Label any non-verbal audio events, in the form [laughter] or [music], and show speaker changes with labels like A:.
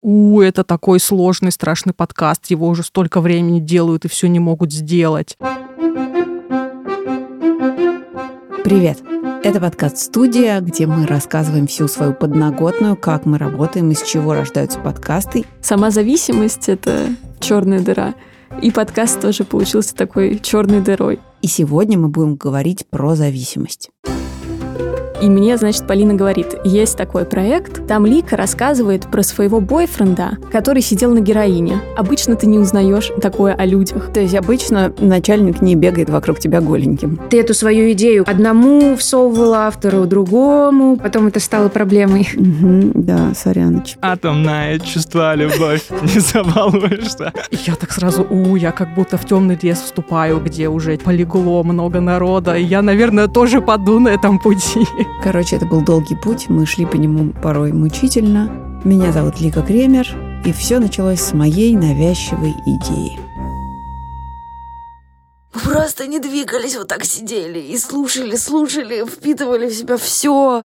A: у, это такой сложный, страшный подкаст, его уже столько времени делают и все не могут сделать.
B: Привет! Это подкаст «Студия», где мы рассказываем всю свою подноготную, как мы работаем, из чего рождаются подкасты.
C: Сама зависимость — это черная дыра. И подкаст тоже получился такой черной дырой.
B: И сегодня мы будем говорить про зависимость.
C: И мне, значит, Полина говорит, есть такой проект, там Лика рассказывает про своего бойфренда, который сидел на героине. Обычно ты не узнаешь такое о людях.
B: То есть обычно начальник не бегает вокруг тебя голеньким.
D: Ты эту свою идею одному всовывала, автору другому, потом это стало проблемой.
B: Угу, да, соряныч.
E: Атомная чувства, любовь, [laughs] не завалуешься.
A: Я так сразу, у, я как будто в темный лес вступаю, где уже полегло много народа. Я, наверное, тоже паду на этом пути.
B: Короче, это был долгий путь, мы шли по нему порой мучительно. Меня зовут Лика Кремер, и все началось с моей навязчивой идеи.
F: Мы просто не двигались, вот так сидели и слушали, слушали, впитывали в себя все.